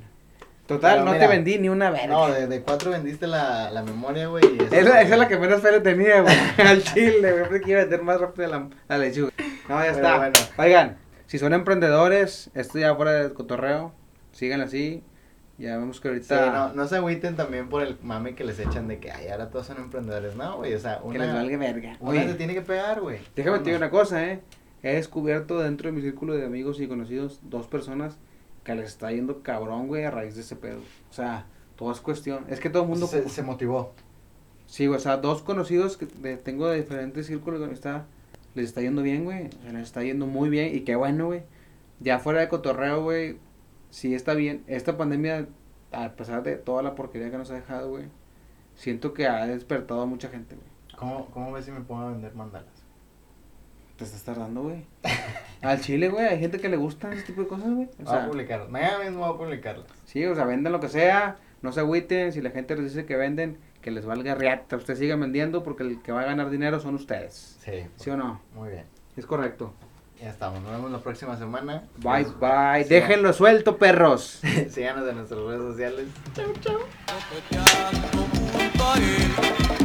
Speaker 2: Total,
Speaker 1: Pero
Speaker 2: no
Speaker 1: mira,
Speaker 2: te vendí ni una verga.
Speaker 1: No, de, de cuatro vendiste la, la memoria, güey. y eso-
Speaker 2: Esa, esa es la que menos fe le tenía, güey. Al chile, güey. Porque iba a vender más rápido la, la lechuga. No, ya
Speaker 1: Pero
Speaker 2: está.
Speaker 1: bueno.
Speaker 2: Oigan, si son emprendedores, esto ya fuera de cotorreo, sigan así. Ya vemos que
Speaker 1: Sí,
Speaker 2: ahorita.
Speaker 1: no, no se agüiten también por el mame que les echan de que, ay, ahora todos son emprendedores. No, güey, o sea,
Speaker 2: Que les
Speaker 1: una,
Speaker 2: valga verga.
Speaker 1: una
Speaker 2: Oye,
Speaker 1: te tiene que pegar, güey.
Speaker 2: déjame
Speaker 1: Vámonos.
Speaker 2: te digo una cosa, ¿eh? He descubierto dentro de mi círculo de amigos y conocidos dos personas que les está yendo cabrón, güey, a raíz de ese pedo. O sea, todo es cuestión. Es que todo el mundo.
Speaker 1: se, se motivó.
Speaker 2: Sí, güey, o sea, dos conocidos que de- tengo de diferentes círculos de amistad, les está yendo bien, güey. O sea, les está yendo muy bien y qué bueno, güey. Ya fuera de cotorreo, güey, sí está bien. Esta pandemia, a pesar de toda la porquería que nos ha dejado, güey, siento que ha despertado a mucha gente, güey.
Speaker 1: ¿Cómo, ¿Cómo ves si me pongo a vender mandalas?
Speaker 2: Te estás tardando, güey. Al chile, güey, hay gente que le gustan ese tipo de cosas, güey. O
Speaker 1: Voy
Speaker 2: sea,
Speaker 1: a publicarlas. Mañana mismo voy a publicarlas.
Speaker 2: sí, o sea, venden lo que sea, no se agüiten. Si la gente les dice que venden, que les valga riata. Ustedes sigan vendiendo porque el que va a ganar dinero son ustedes.
Speaker 1: Sí.
Speaker 2: ¿Sí o no?
Speaker 1: Muy bien.
Speaker 2: Es correcto.
Speaker 1: Ya estamos. Nos vemos la próxima semana.
Speaker 2: Bye
Speaker 1: Nos-
Speaker 2: bye.
Speaker 1: Sí.
Speaker 2: Déjenlo suelto, perros.
Speaker 1: Síganos en nuestras redes sociales.
Speaker 3: Cocoteando como un torero